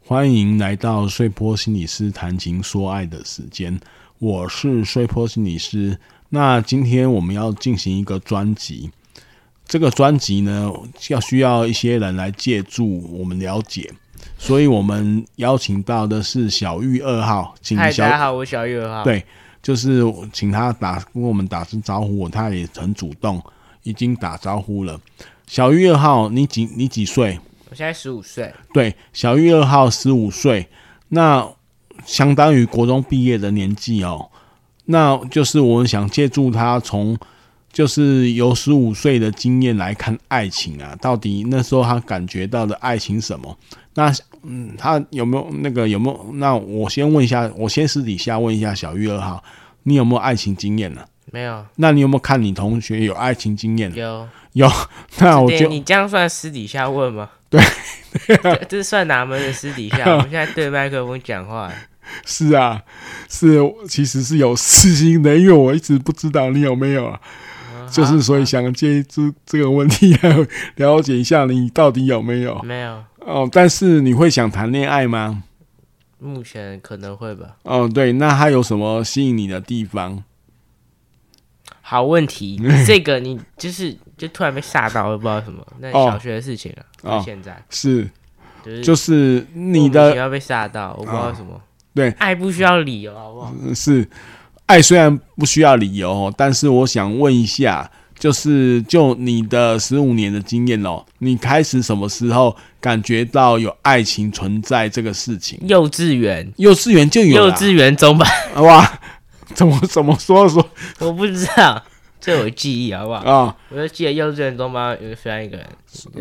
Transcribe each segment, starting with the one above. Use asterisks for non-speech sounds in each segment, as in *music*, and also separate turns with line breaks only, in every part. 欢迎来到睡坡心理师谈情说爱的时间，我是睡坡心理师。那今天我们要进行一个专辑，这个专辑呢，要需要一些人来借助我们了解，所以我们邀请到的是小玉二号，请
嗨，
小
大家好，我小玉二号。
对就是请他打跟我们打声招呼，他也很主动，已经打招呼了。小玉二号，你几你几岁？
我现在十五岁，
对，小玉二号十五岁，那相当于国中毕业的年纪哦。那就是我们想借助他从就是由十五岁的经验来看爱情啊，到底那时候他感觉到的爱情什么？那嗯，他有没有那个有没有？那我先问一下，我先私底下问一下小玉二号，你有没有爱情经验呢、啊
没有
那你有没有看你同学有爱情经验？啊
有。
有，嗯那我
对，
就
你这样算私底下
*laughs*
问吗？对， *laughs* 这这算哪门的私底下？我们现在对麦克风讲话，
是啊，是其实是有私心的，因为我一直不知道你有没有啊，就是所以想借这这个问题来了解一下你到底有没有
没有，
哦。但是你会想谈恋爱吗？
目前可能会吧。
哦，对，那他有什么吸引你的地方？
好问
*laughs*
题，这个你就是就突然被吓到，我也不知道什么。那
哦
小学的事情啊，
哦
到现在
是，
就是
就是你
莫名其
的哦
妙被吓到，我不知道什么。
对
爱不需要理由，好不好？
是爱，虽然不需要理由哦，但是我想问一下，就是就你的十五年的经验哦，你开始什么时候感觉到有爱情存在这个事情？
幼稚园，
幼稚园就有
幼
了啊
稚园中吧，
哇？怎么怎么说说
*laughs* 我不知道，这我记忆好不好？
啊？
我就记得幼稚园中班有喜欢一个人，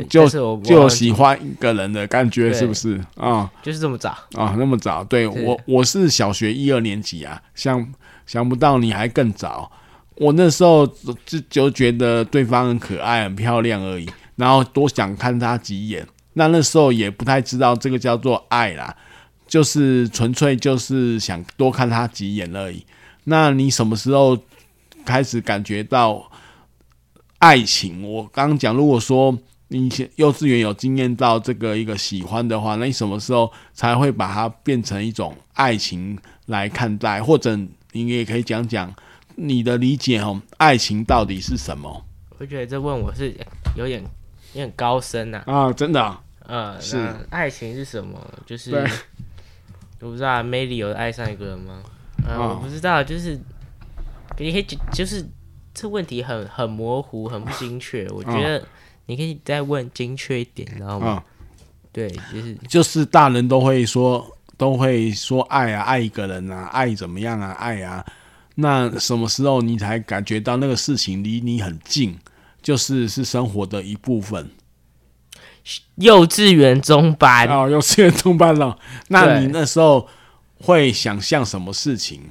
就
但是我我
就
忘记
喜欢一个人的感觉
对
是不是啊
就是这么早，
啊？那么早？对
是
我我是小学一二年级啊，想想不到你还更早。我那时候就就觉得对方很可爱、很漂亮而已，然后多想看她几眼。那那时候也不太知道这个叫做爱啦，就是纯粹就是想多看她几眼而已。那你什么时候开始感觉到爱情？我刚刚讲，如果说你以前幼稚园有经验到这个一个喜欢的话，那你什么时候才会把它变成一种爱情来看待？或者你也可以讲讲你的理解哦，爱情到底是什么
我觉得这问我是欸有点有点高深呐、
啊？真的啊、
呃，
是
那爱情是什么？就是
对
*laughs* 我不知道啊，May 理有爱上一个人吗？呃，
哦
我不知道，就是你可以就就是这问题很很模糊，很不精
啊
确。我觉得你可以再问精确一点，你知道
啊
吗？对，就是
就是大人都会说，都会说爱啊，爱一个人啊，爱怎么样啊，爱啊。那什么时候你才感觉到那个事情离你很近，就是是生活的一部分？
幼稚园中班，
哦，幼稚园中班了，那
对
你那时候会想象什么事情？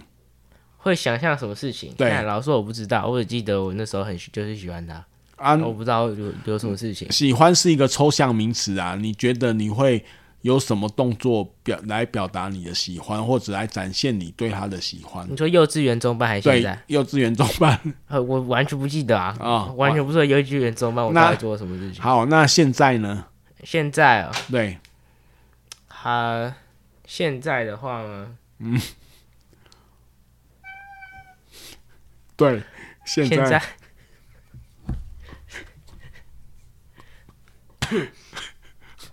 会想象什么事情？
对
看老师我不知道，我只记得我那时候很喜就是喜欢他，
啊，
我不知道有有什么事情。
喜欢是一个抽象名词啊，你觉得你会有什么动作表来表达你的喜欢，或者来展现你对他的喜欢？
你说幼稚园中班还是嗯现
对
在？，
幼稚园中班。
呃，我完全不记得啊，
啊
完全不知道幼稚园中班我
那
到底做了什么事情。
好，那现在呢？
现在啊，
对，
他、现在的话呢，
对，现
现
*laughs*
在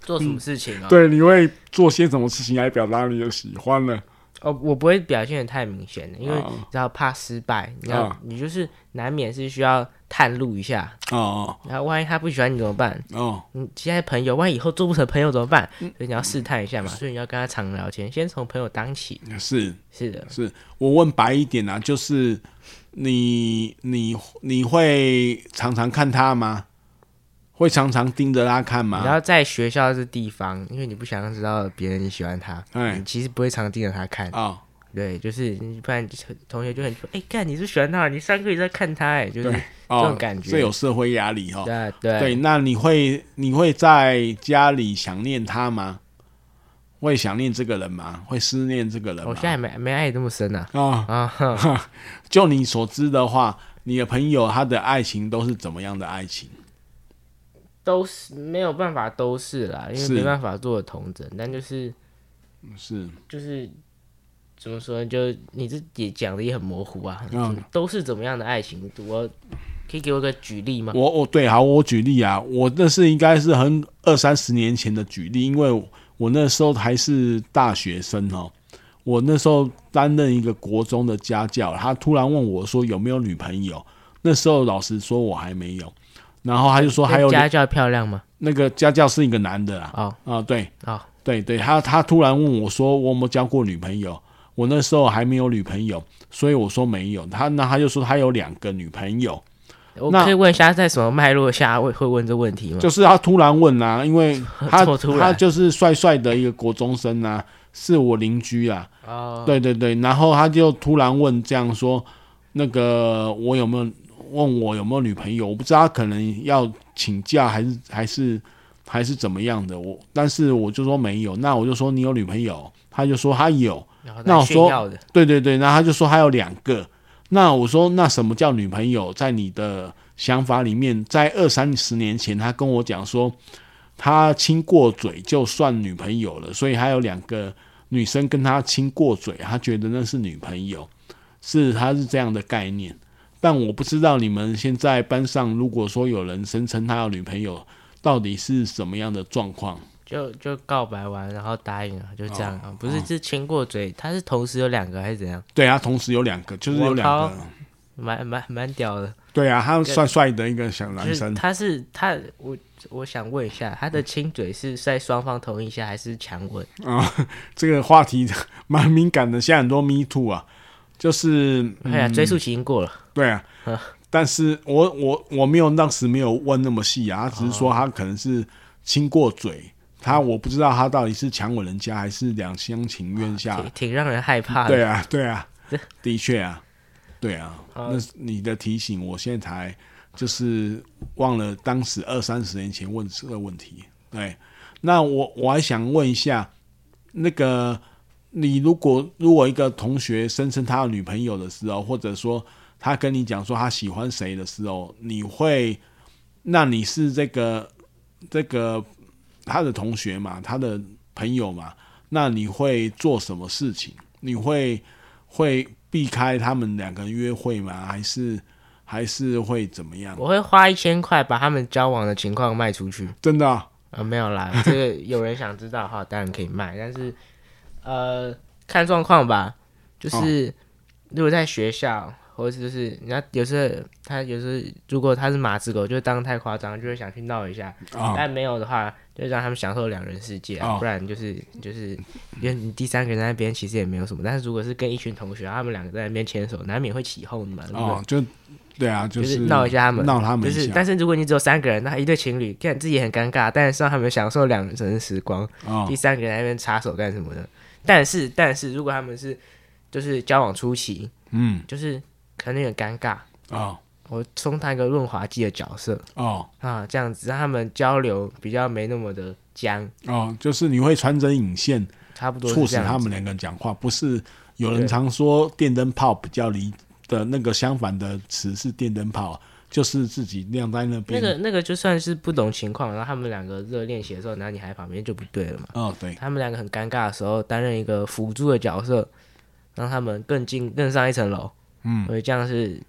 做什么事情啊？啊
对，你会做些什么事情来表达你的喜欢呢？
哦，我不会表现的太明显的，因为
哦
你知道怕失败，你知道、
啊
你就是难免是需要探路一下，
哦
然后万一他不喜欢你怎么办？
哦
你现在朋友，万一以后做不成朋友怎么办？
嗯
所以你要试探一下嘛，所以你要跟他常聊天，先从朋友当起。
哦，是
是的，
是，我问白一点啊，就是你你你会常常看他吗？会常常盯着他看
你
吗？
要在学校这地方，因为你不想让知道别人你喜欢他，
哎
你其实不会常盯着他看。
哦，
对，就是你不然同学就很说，哎、干你是喜欢他，你上课也在看他、哎，就是
对
这
哦
种，感觉
这有社会压力哦。
对啊对
对，那你会你会在家里想念他吗？会想念这个人吗？会思念这个人吗？
我现在没没爱那么深呐、
啊、
啊。哼
*laughs* 就你所知的话，你的朋友他的爱情都是怎么样的爱情？
都是没有办法都是啦，因为
是
没办法做同整，但就是
是
就是怎么说呢，就你自己讲的也很模糊啊，
嗯
都是怎么样的爱情？我可以给我个举例吗？
我我对好，我举例啊，我那是应该是很二三十年前的举例，因为我我那时候还是大学生哦。我那时候担任一个国中的家教，他突然问我说有没有女朋友。那时候老实说我还没有，然后他就说还有
家教漂亮吗？
那个家教是一个男的啊，
哦
啊对
哦，
对对，他他突然问我说我有没有交过女朋友，我那时候还没有女朋友，所以我说没有。他那他就说他有两个女朋友，
我
那
可以问一下，在什么脉络下会会问这问题吗？
就是他突然问啊，因为他
*laughs* 这嗯么突然
他就是帅帅的一个国中生啊，是我邻居啊，
哦，
对对对，然后他就突然问这样说，那个我有没有问我有没有女朋友？我不知道他可能要请假还是还是还是怎么样的，我但是我就说没有，那我就说你有女朋友，他就说他有，
然后
那我
来炫
说
耀的，
对对对，然后他就说他有两个，那我说那什么叫女朋友？在你的想法里面，在二三十年前，他跟我讲说，他亲过嘴就算女朋友了，所以还有两个女生跟他亲过嘴，他觉得那是女朋友，是他是这样的概念。但我不知道你们现在班上，如果说有人声称他有女朋友，到底是什么样的状况？
就就告白完，然后答应了，就这
哦
样，哦不是是亲过嘴，他是同时有两个还是怎样？
对他同时有两个，就是有
我
两
靠
个。
蛮蛮蛮屌的，
对啊，他帅帅的一个小
就
男
是
生。啊嗯
他是他，我我想问一下，他的亲嘴是在双方同意下还是强吻？
*laughs* 这个话题蛮敏感的，现在很多 Me Too 啊，就是嗯
哎呀，追溯期已经过了，
对啊，但是我我我没有当时没有问那么细啊，他只是说他可能是亲过嘴，他我不知道他到底是强吻人家还是两厢情愿下，
挺挺让人害怕
啊对
的。
啊对啊，的确啊，对啊，
好
那是你的提醒我现在才就是忘了当时二三十年前问这个问题，对，那我我还想问一下那个。你如果如果一个同学声称他有女朋友的时候，或者说他跟你讲说他喜欢谁的时候，你会，那你是这个这个他的同学嘛，他的朋友嘛，那你会做什么事情？你会会避开他们两个约会吗？还是还是会怎么样？
我会花一千块把他们交往的情况卖出去。
真的啊、
啊，没有啦，这
*laughs*
个有人想知道的话，当然可以卖，但是呃，看状况吧。
哦
就是、如果在学校，或者就是人家有时候他有时候如果他是马子狗，就当太夸张，就会想去闹一下。
啊
但没有的话，就让他们享受两人世界、啊
哦
不然就是
*laughs*
就是因为你第三个人在那边其实也没有什么。但是如果是跟一群同学，他们两个在那边牵手，难免会起哄的嘛，对不对？
哦，就对啊，就
就是
是
闹一下他们，
闹他们
就
一
是，
下
但是如果你只有三个人，那一对情侣，看自己也很尴尬，但是让他们享受两人时光，
啊
第三个人在那边插手干什么的？但是，但是如果他们是就是交往初期，
嗯
就是可能有点尴尬，
啊
我充当一个润滑剂的角色
哦
啊，这样子让他们交流比较没那么的僵，
哦，就是你会穿针引线，
差不多是
促
这
使
样子
他们两个人讲话，不是有人
对
常说电灯泡比较离的那个相反的词是电灯泡，就是自己晾在那
那
边。
个那个就算是不懂情况，然后他们两个热恋期的时候，然后你还旁边就不对了嘛。
哦，对，
他们两个很尴尬的时候，担任一个辅助的角色，让他们更进更上一层楼。
嗯，
所以这样是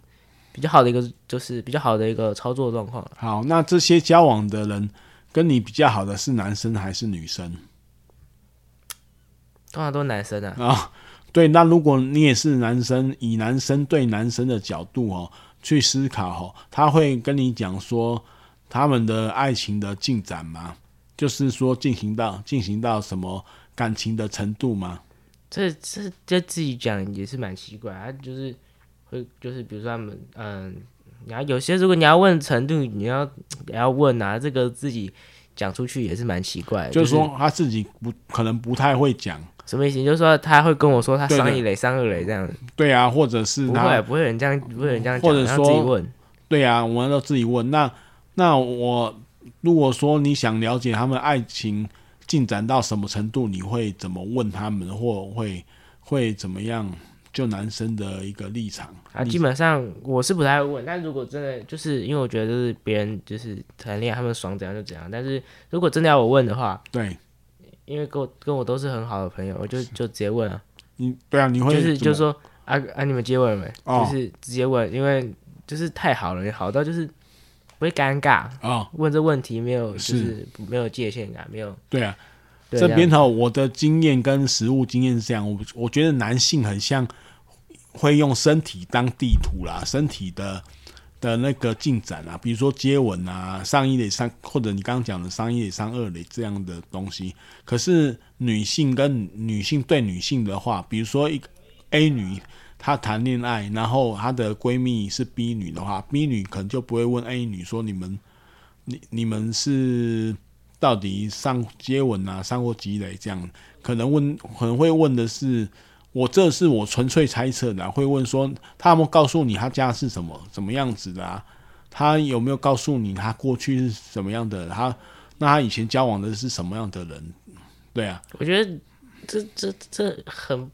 比较好的一个，就是比较好的一个操作状况了。
好，那这些交往的人跟你比较好的是男生还是女生
通常都是男生啊，
啊？对，那如果你也是男生，以男生对男生的角度哦去思考哦，他会跟你讲说他们的爱情的进展吗？就是说进行到进行到什么感情的程度吗？
这这这自己讲也是蛮奇怪，他就是会就是比如说他们嗯，你要有些如果你要问程度，你要也要问啊，这个自己讲出去也是蛮奇怪的，
哎就是是说他自己不可能不太会讲，
什么意思？你就说他会跟我说他
对的
上一垒、上二垒这样，
对啊，或者是
不
他
会不会有人这样，不会有人这样讲，
或者
然后自己
说
问，
对呀、我们都自己问。那那我如果说你想了解他们爱情进展到什么程度，你会怎么问他们，或会会怎么样？就男生的一个立场，
啊，基本上我是不太会问，但如果真的就是因为我觉得就是别人就是谈恋爱，他们爽怎样就怎样。但是如果真的要我问的话，
对
因为跟我跟我都是很好的朋友，我就就直接问啊，
你对啊，你会
就是
怎么
就说啊啊，你们接吻了没？
哦
就是直接问，因为就是太好了，好到就是不会尴尬，
哦，
问这问题没有就是是没有界限感，没有
对啊，
对
这
样
边头我的经验跟实物经验是这样，我我觉得男性很像会用身体当地图啦，身体的的那个进展啊，比如说接吻啊，上一垒上或者你刚刚讲的上一垒上二垒这样的东西。可是女性跟女性对女性的话，比如说一个 A 女。她谈恋爱，然后她的闺蜜是 B 女的话，B 女可能就不会问 A 女说你们，你你们是到底上接吻啊，上过积累这样，可能问可能会问的是，我这是我纯粹猜测的啊、会问说他有没有告诉你他家是什么怎么样子的啊？他有没有告诉你他过去是什么样的人？他那他以前交往的是什么样的人？对啊，
我觉得这这这很，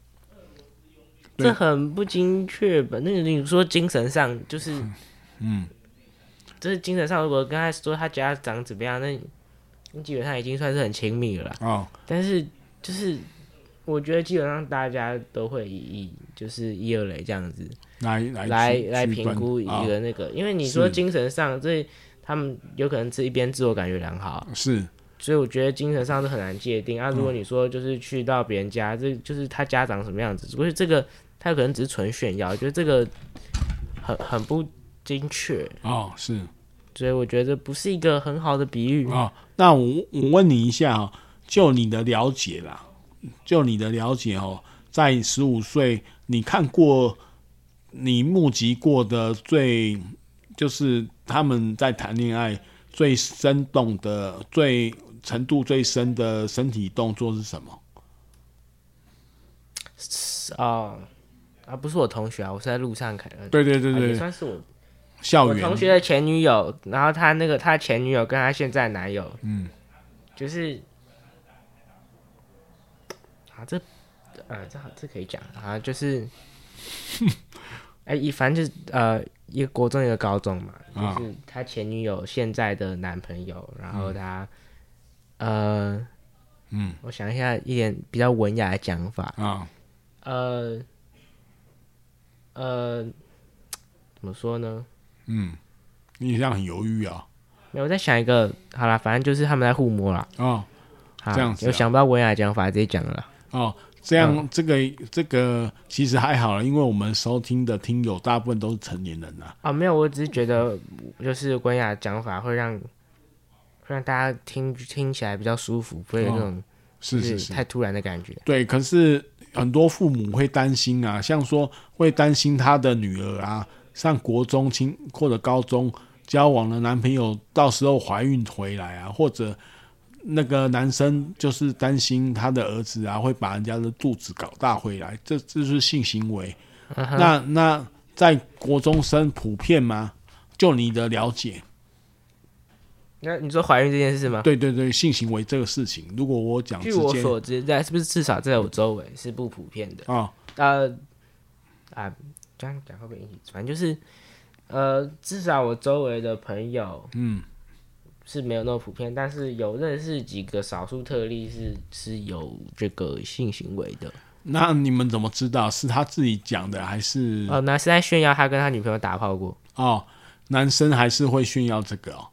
对
这很不精确吧？那你说精神上就是，嗯，就是精神上，如果跟他说他家长怎么样，那你基本上已经算是很亲密了啦。
哦，
但是就是我觉得基本上大家都会以以就是一二类这样子
来来
来
去
来
去
评
断
估一
啊
个那个，因为你说
是
精神上这他们有可能是一边自我感觉良好，
啊是
所以我觉得精神上是很难界定啊。
嗯
如果你说就是去到别人家，这就是他家长什么样子，只不过这个他可能只是纯炫耀，觉得这个很很不精确，
哦是。
所以我觉得不是一个很好的比喻。
哦，那我我问你一下哦，就你的了解啦，就你的了解哦，在十五岁，你看过你目击过的最，就是他们在谈恋爱最生动的、最程度最深的身体动作是什么？
哦，啊，不是我同学啊，我是在路上看，呃
对对对
啊也
对，
算是我
校
我
园
同学的前女友，然后他那个他前女友跟他现在男友，嗯，就是啊这啊这好这可以讲啊，
*laughs*
就是，哎、一反正就是呃一个国中一个高中嘛，
啊
就是他前女友现在的男朋友，然后他、呃
嗯
我想一下一点比较文雅的讲法，
啊，
呃呃怎么说呢？
嗯，你这样很犹豫啊、
没有，我在想一个，好啦，反正就是他们在互摸啦。
哦，哦，
啊
这样子啊
有想不到文雅讲法，直接讲了啦。
哦，这样、这个这个其实还好啦，因为我们收听的听友大部分都是成年人啦。
啊，没有，我只是觉得就是文雅讲法会让会让大家听听起来比较舒服，不会有那种就是
哦是是，
太突然的感觉。
对。可是嗯很多父母会担心啊，像说会担心他的女儿啊，上国中、青或者高中交往了男朋友，到时候怀孕回来啊，或者那个男生就是担心他的儿子啊会把人家的肚子搞大回来，这这就是性行为。
嗯哼
那那在国中生普遍吗？就你的了解，
那你说怀孕这件事吗？
对对对，性行为这个事情，如果我讲
啊据
之
我
间
所知，在是不是至少在我周围是不普遍的？
啊，
呃，啊，这样讲会不会引起？反正就是，呃，至少我周围的朋友，
嗯，
是没有那么普遍，但是有认识几个少数特例是是有这个性行为的。
那你们怎么知道是他自己讲的还是
哦，那是在炫耀他跟他女朋友打炮过。
哦？男生还是会炫耀这个哦，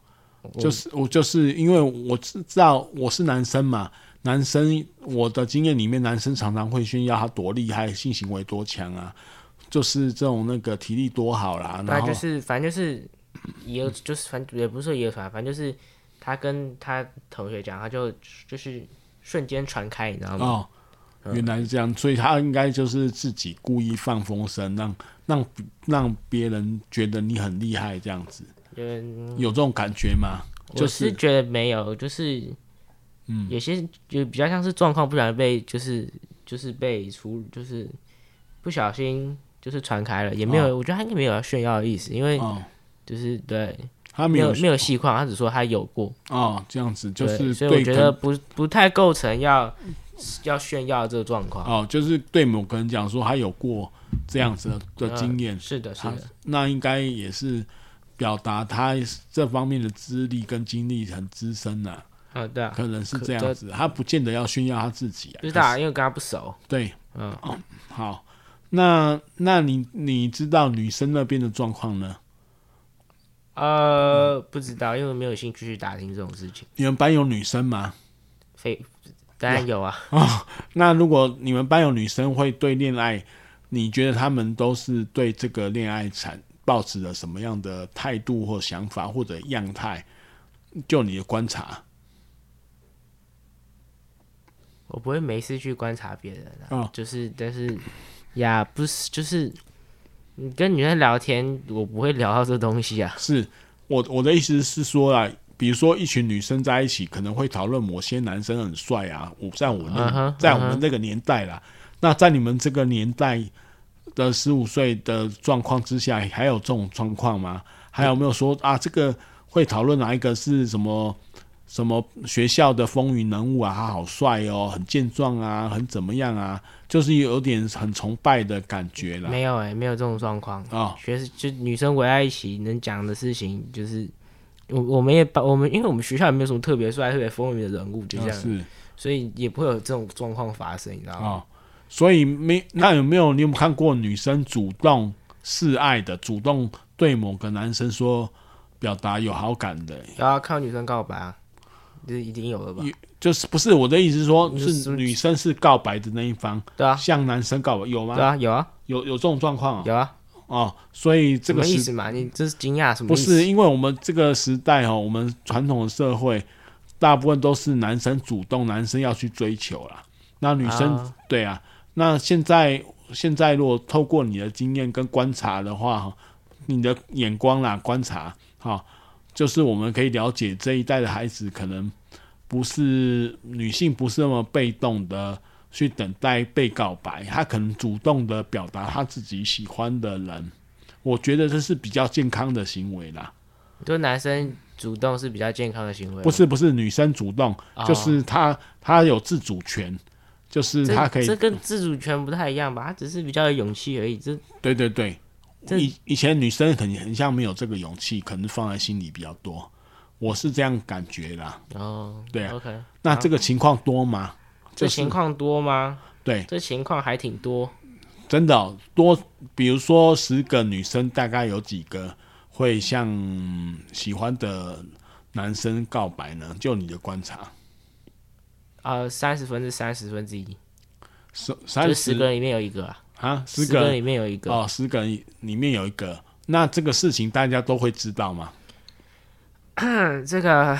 就是我就是因为我知知道我是男生嘛，男生我的经验里面，男生常常会炫耀他多厉害，性行为多强啊，就是这种那个体力多好啦，
那
嗯然后
就是反正就是也有就是反也不是说也有传，反正就是他跟他同学讲，他就就是瞬间传开，你知道吗？
哦，
嗯
原来是这样，所以他应该就是自己故意放风声，让让让别人觉得你很厉害这样子，
嗯，
有这种感觉吗？就
我是觉得没有，就是嗯，有些就比较像是状况不小心被就是就是被出就是不小心就是传开了，也没有，
啊
我觉得他应该没有要炫耀的意思，因为
哦，
就是对
他
没
没
有
有
没有细况，他只说他有过，
哦，这样子就
对
是
所以我
对
觉
可
得不不太构成要要炫耀这个状况。
哦，就是对某个人讲说他有过这样子的的经验
嗯，是的，是
他
的，
那应该也是表达他这方面的资历跟经历很资深呐、
嗯，对啊，
可能是
可
这样
这
子，他不见得要炫耀他自己啊。
不知道啊，因为跟他不熟。
对，哦
嗯，
好，那那你你知道女生那边的状况呢？
呃，不知道，因为没有兴趣去打听这种事情。
你们班有女生吗？
非当然有啊，
那如果你们班有女生会对恋爱，你觉得她们都是对这个恋爱产抱持了什么样的态度或想法或者样态？就你的观察
我不会没事去观察别人啊，
哦
就是但是呀，不是就是你跟女生聊天，我不会聊到这东西啊。
是，我我的意思是说啦，比如说一群女生在一起，可能会讨论某些男生很帅啊，我在我那
嗯哼
在我
嗯
们
哼
那个年代啦，那在你们这个年代的十五岁的状况之下，还有这种状况吗？还有没有说啊，这个会讨论哪一个是什么什么学校的风云人物啊？他好帅哦，很健壮啊，很怎么样啊？就是有点很崇拜的感觉啦。
没有哎、没有这种状况。
哦
学就女生围在一起能讲的事情，就是我我们也把我们，因为我们学校也没有什么特别帅、特别风云的人物，就这
啊
样，
是
所以也不会有这种状况发生，你知道吗？
哦，所以没那有没有你有没有看过女生主动示爱的，主动对某个男生说表达有好感的？
然后看到女生告白啊，这一定有的吧？
就是不是我的意思是说，
你
是
是
女生是告白的那一方
对啊，
向男生告白有吗？
对啊，有啊，
有有这种状况哦
有啊，
哦，所以这
什
个
么意
时
思嘛？你这是惊讶什么
不
意思？
是因为我们这个时代哦，我们传统的社会大部分都是男生主动，男生要去追求啦。那女生、
啊
对啊，那现在现在如果透过你的经验跟观察的话，哈，你的眼光啦观察，哈、就是我们可以了解这一代的孩子可能不是女性不是那么被动的去等待被告白，她可能主动的表达她自己喜欢的人，我觉得这是比较健康的行为啦。
就男生主动是比较健康的行为啊吗，
不是不是女生主动，
哦
就是她她有自主权，就是
这
她嗯可以
这跟自主权不太一样吧？他只是比较有勇气而已。这
对对对，
这
以以前女生很很像没有这个勇气，可能放在心里比较多，我是这样感觉啦。
哦，
对啊
o k
那这个情况多吗？
这
就是
情况多吗？
对，
这情况还挺多，
真的哦、多，比如说十个女生，大概有几个会向嗯喜欢的男生告白呢？就你的观察，
呃，三十分之三十分之一，
十
就
三
是十个里面有一个啊，
啊，十
十
个
个里面有一个，
哦，十个人里面有一个，那这个事情大家都会知道吗？
嗯，这个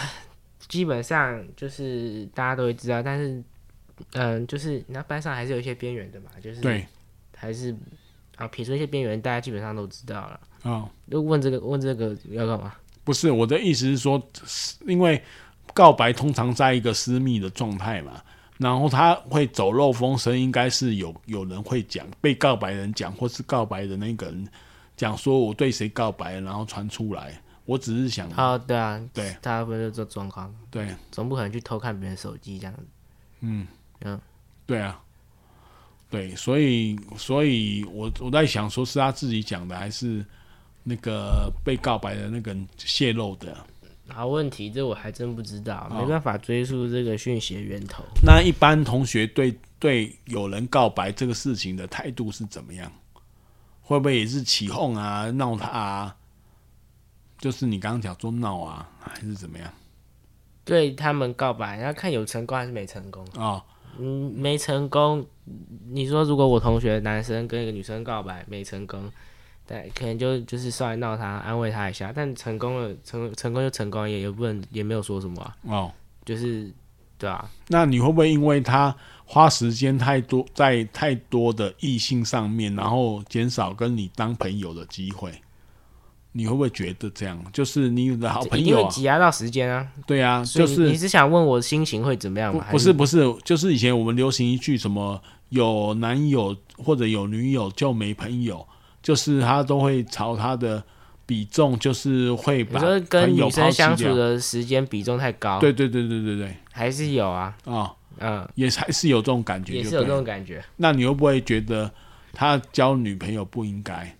基本上就是大家都会知道，但是，嗯，就是那班上还是有一些边缘的嘛，就是
对，
还是啊，撇除一些边缘，大家基本上都知道了。
哦，
就问这个问这个要干嘛？
不是我的意思是说，因为告白通常在一个私密的状态嘛，然后他会走漏风声，应该是有有人会讲被告白人讲，或是告白的那个人讲说我对谁告白，然后传出来。我只是想，
哦，对啊，
对，
大部分就这状况，
对
总不可能去偷看别人手机这样子。
对啊，对，所以所以我我在想，说是他自己讲的，还是那个被告白的那个人泄露的？
好问题，这我还真不知道，
哦
没办法追溯这个讯息的源头。
那一般同学对对有人告白这个事情的态度是怎么样？会不会也是起哄啊、闹他啊？就是你刚刚讲说闹啊，还是怎么样？
对他们告白，然后看有成功还是没成功。
哦，
嗯，没成功。你说如果我同学男生跟一个女生告白没成功，但可能就就是稍微闹他，安慰他一下。但成功了，成成功就成功，也也不能也没有说什么、啊，
哦，
就是对啊，
那你会不会因为他花时间太多在太多的异性上面，然后减少跟你当朋友的机会？你会不会觉得这样？就是你的好朋
一定
友、
会
啊，
挤压到时间啊。
对啊，
所
就
以你
是
你是想问我心情会怎么样
不
吗？还
不是不是，就是以前我们流行一句什么有男友或者有女友就没朋友，就是他都会朝他的比重，就是会
你
把
说跟
朋友抛
女生
弃
相处
掉
的时间比重太高，
对对对对对对，
还是有啊，
啊、哦，
嗯，
也还是有这种感觉，
也
就是对
有这
了
种感觉。
那你会不会觉得他交女朋友不应该？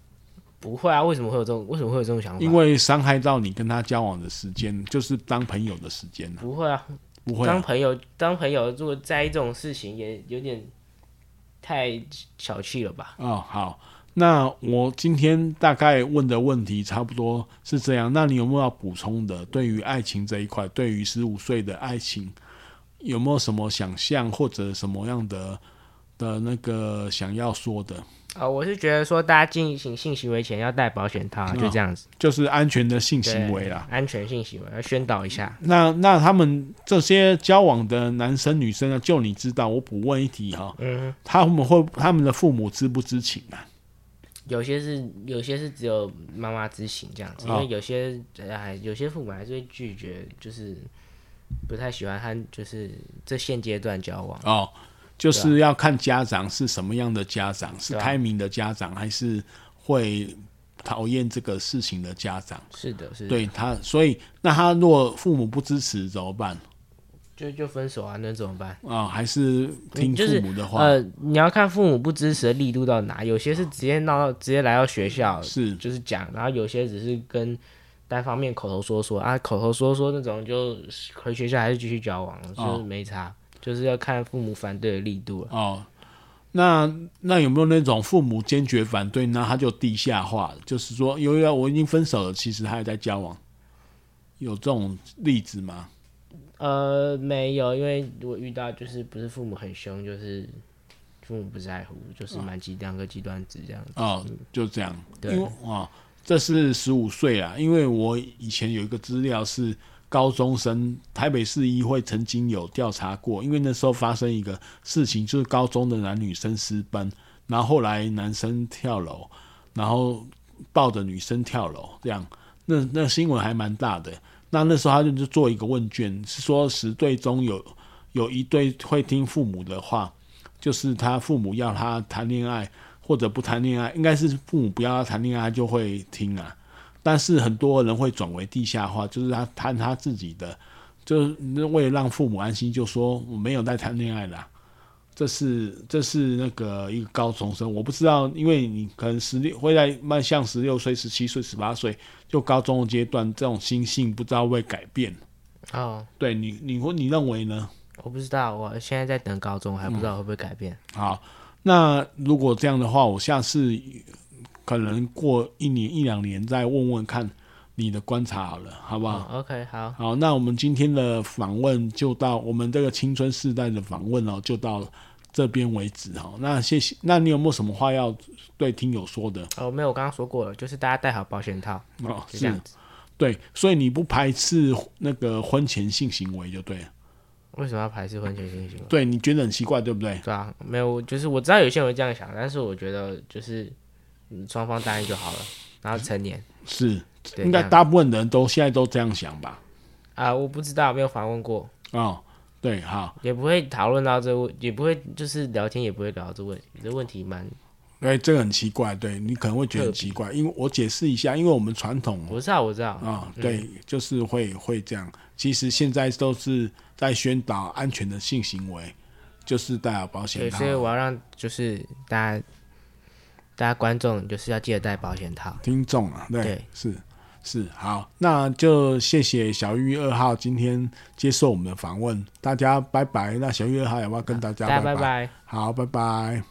不会啊，为什么会有这种为什么会有这种想法？
因为伤害到你跟他交往的时间，就是当朋友的时间了、
不会啊，
不会、啊，
当朋友，当朋友，如果在意这种事情，也有点太小气了吧？
哦，好。那我今天大概问的问题差不多是这样。那你有没有要补充的？对于爱情这一块，对于十五岁的爱情，有没有什么想象或者什么样的的那个想要说的？
啊、我是觉得说，大家进行性行为前要戴保险套啊，
嗯
就这样子，
就是安全的性
对
行为啦。
安全性行为要宣导一下。
那那他们这些交往的男生女生啊，就你知道，我补问一题
*laughs*
哈、
嗯，
他们会他们的父母知不知情啊？
有些是有些是只有妈妈知情这样子，因
哦
为有些哎，有些父母还是会拒绝，就是不太喜欢和就是这现阶段交往。
哦，就是要看家长是什么样的家长，是
啊
开明的家长，还是会讨厌这个事情的家长？
是的，是的，
对他，所以那他若父母不支持怎么办
就就分手啊，能怎么办？
啊、还是听
就是
父母的话？
呃，你要看父母不支持的力度到哪，有些是直接闹到直接来到学校，
是
就是讲，然后有些只是跟单方面口头说说啊，口头说说那种就回学校还是继续交往，就是没差，就是要看父母反对的力度了。
哦，那那有没有那种父母坚决反对，那他就地下化，就是说，由于我已经分手了，其实他还在交往，有这种例子吗？
呃，没有，因为我遇到就是不是父母很凶，就是父母不在乎，就是蛮极两个极端值这样子。
哦，就这样，
对
因为哦，这是十五岁啊，因为我以前有一个资料是。高中生，台北市议会曾经有调查过，因为那时候发生一个事情，就是高中的男女生私奔，然后后来男生跳楼，然后抱着女生跳楼，这样，那那新闻还蛮大的。那那时候他就就做一个问卷，是说十对中有有一对会听父母的话，就是他父母要他谈恋爱或者不谈恋爱，应该是父母不要他谈恋爱他就会听啊。但是很多人会转为地下化，就是他谈他自己的，就是为了让父母安心，就说我没有在谈恋爱啦。这是这是那个一个高中生，我不知道，因为你可能十六会在迈向十六岁、十七岁、十八岁，就高中的阶段，这种心性不知道会改变。
哦，
对你，你会你认为呢？
我不知道，我现在在等高中，还不知道会不会改变。
好，那如果这样的话，我下次可能过一年一两年再问问看你的观察好了，好不好？
哦，OK，好，
好，那我们今天的访问就到我们这个青春世代的访问哦，就到这边为止哦。那谢谢，那你有没有什么话要对听友说的？
哦，没有，我刚刚说过了，就是大家戴好保险套，
哦，
就这
是
样子。
对，所以你不排斥那个婚前性行为就对了。
为什么要排斥婚前性行为？
对，你觉得很奇怪，对不对？
对啊，没有，就是我知道有些人会这样想，但是我觉得就是嗯双方答应就好了，然后成年。
是，
对啊
应该
这样
大部分人都现在都这样想吧？
啊、我不知道，没有访问过，
哦，对，好，
也不会讨论到这个问，也不会就是聊天，也不会聊到这问题，这问题蛮
对，哎这个很奇怪，对你可能会觉得很奇怪，因为我解释一下，因为我们传统
我嗯知道，我知道，
啊、对，就是会会这样。其实现在都是在宣导安全的性行为，就是戴好保
对，
险套
所以。我要让就是大家大家观众就是要记得戴保险套。
听众啊，对，
对
是是好，那就谢谢小玉二号今天接受我们的访问，大家拜拜。那小玉二号也要跟大家
大
拜
家拜拜。
好，拜拜。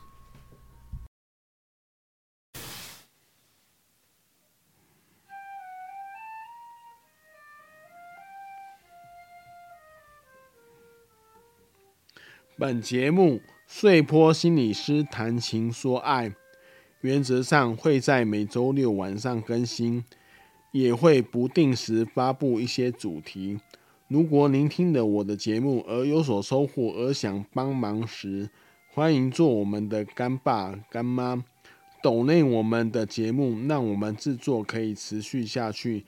本节目碎坡心理师谈情说爱，原则上会在每周六晚上更新，也会不定时发布一些主题。如果您听了我的节目而有所收获，而想帮忙时，欢迎做我们的干爸干妈，抖内我们的节目，让我们制作可以持续下去，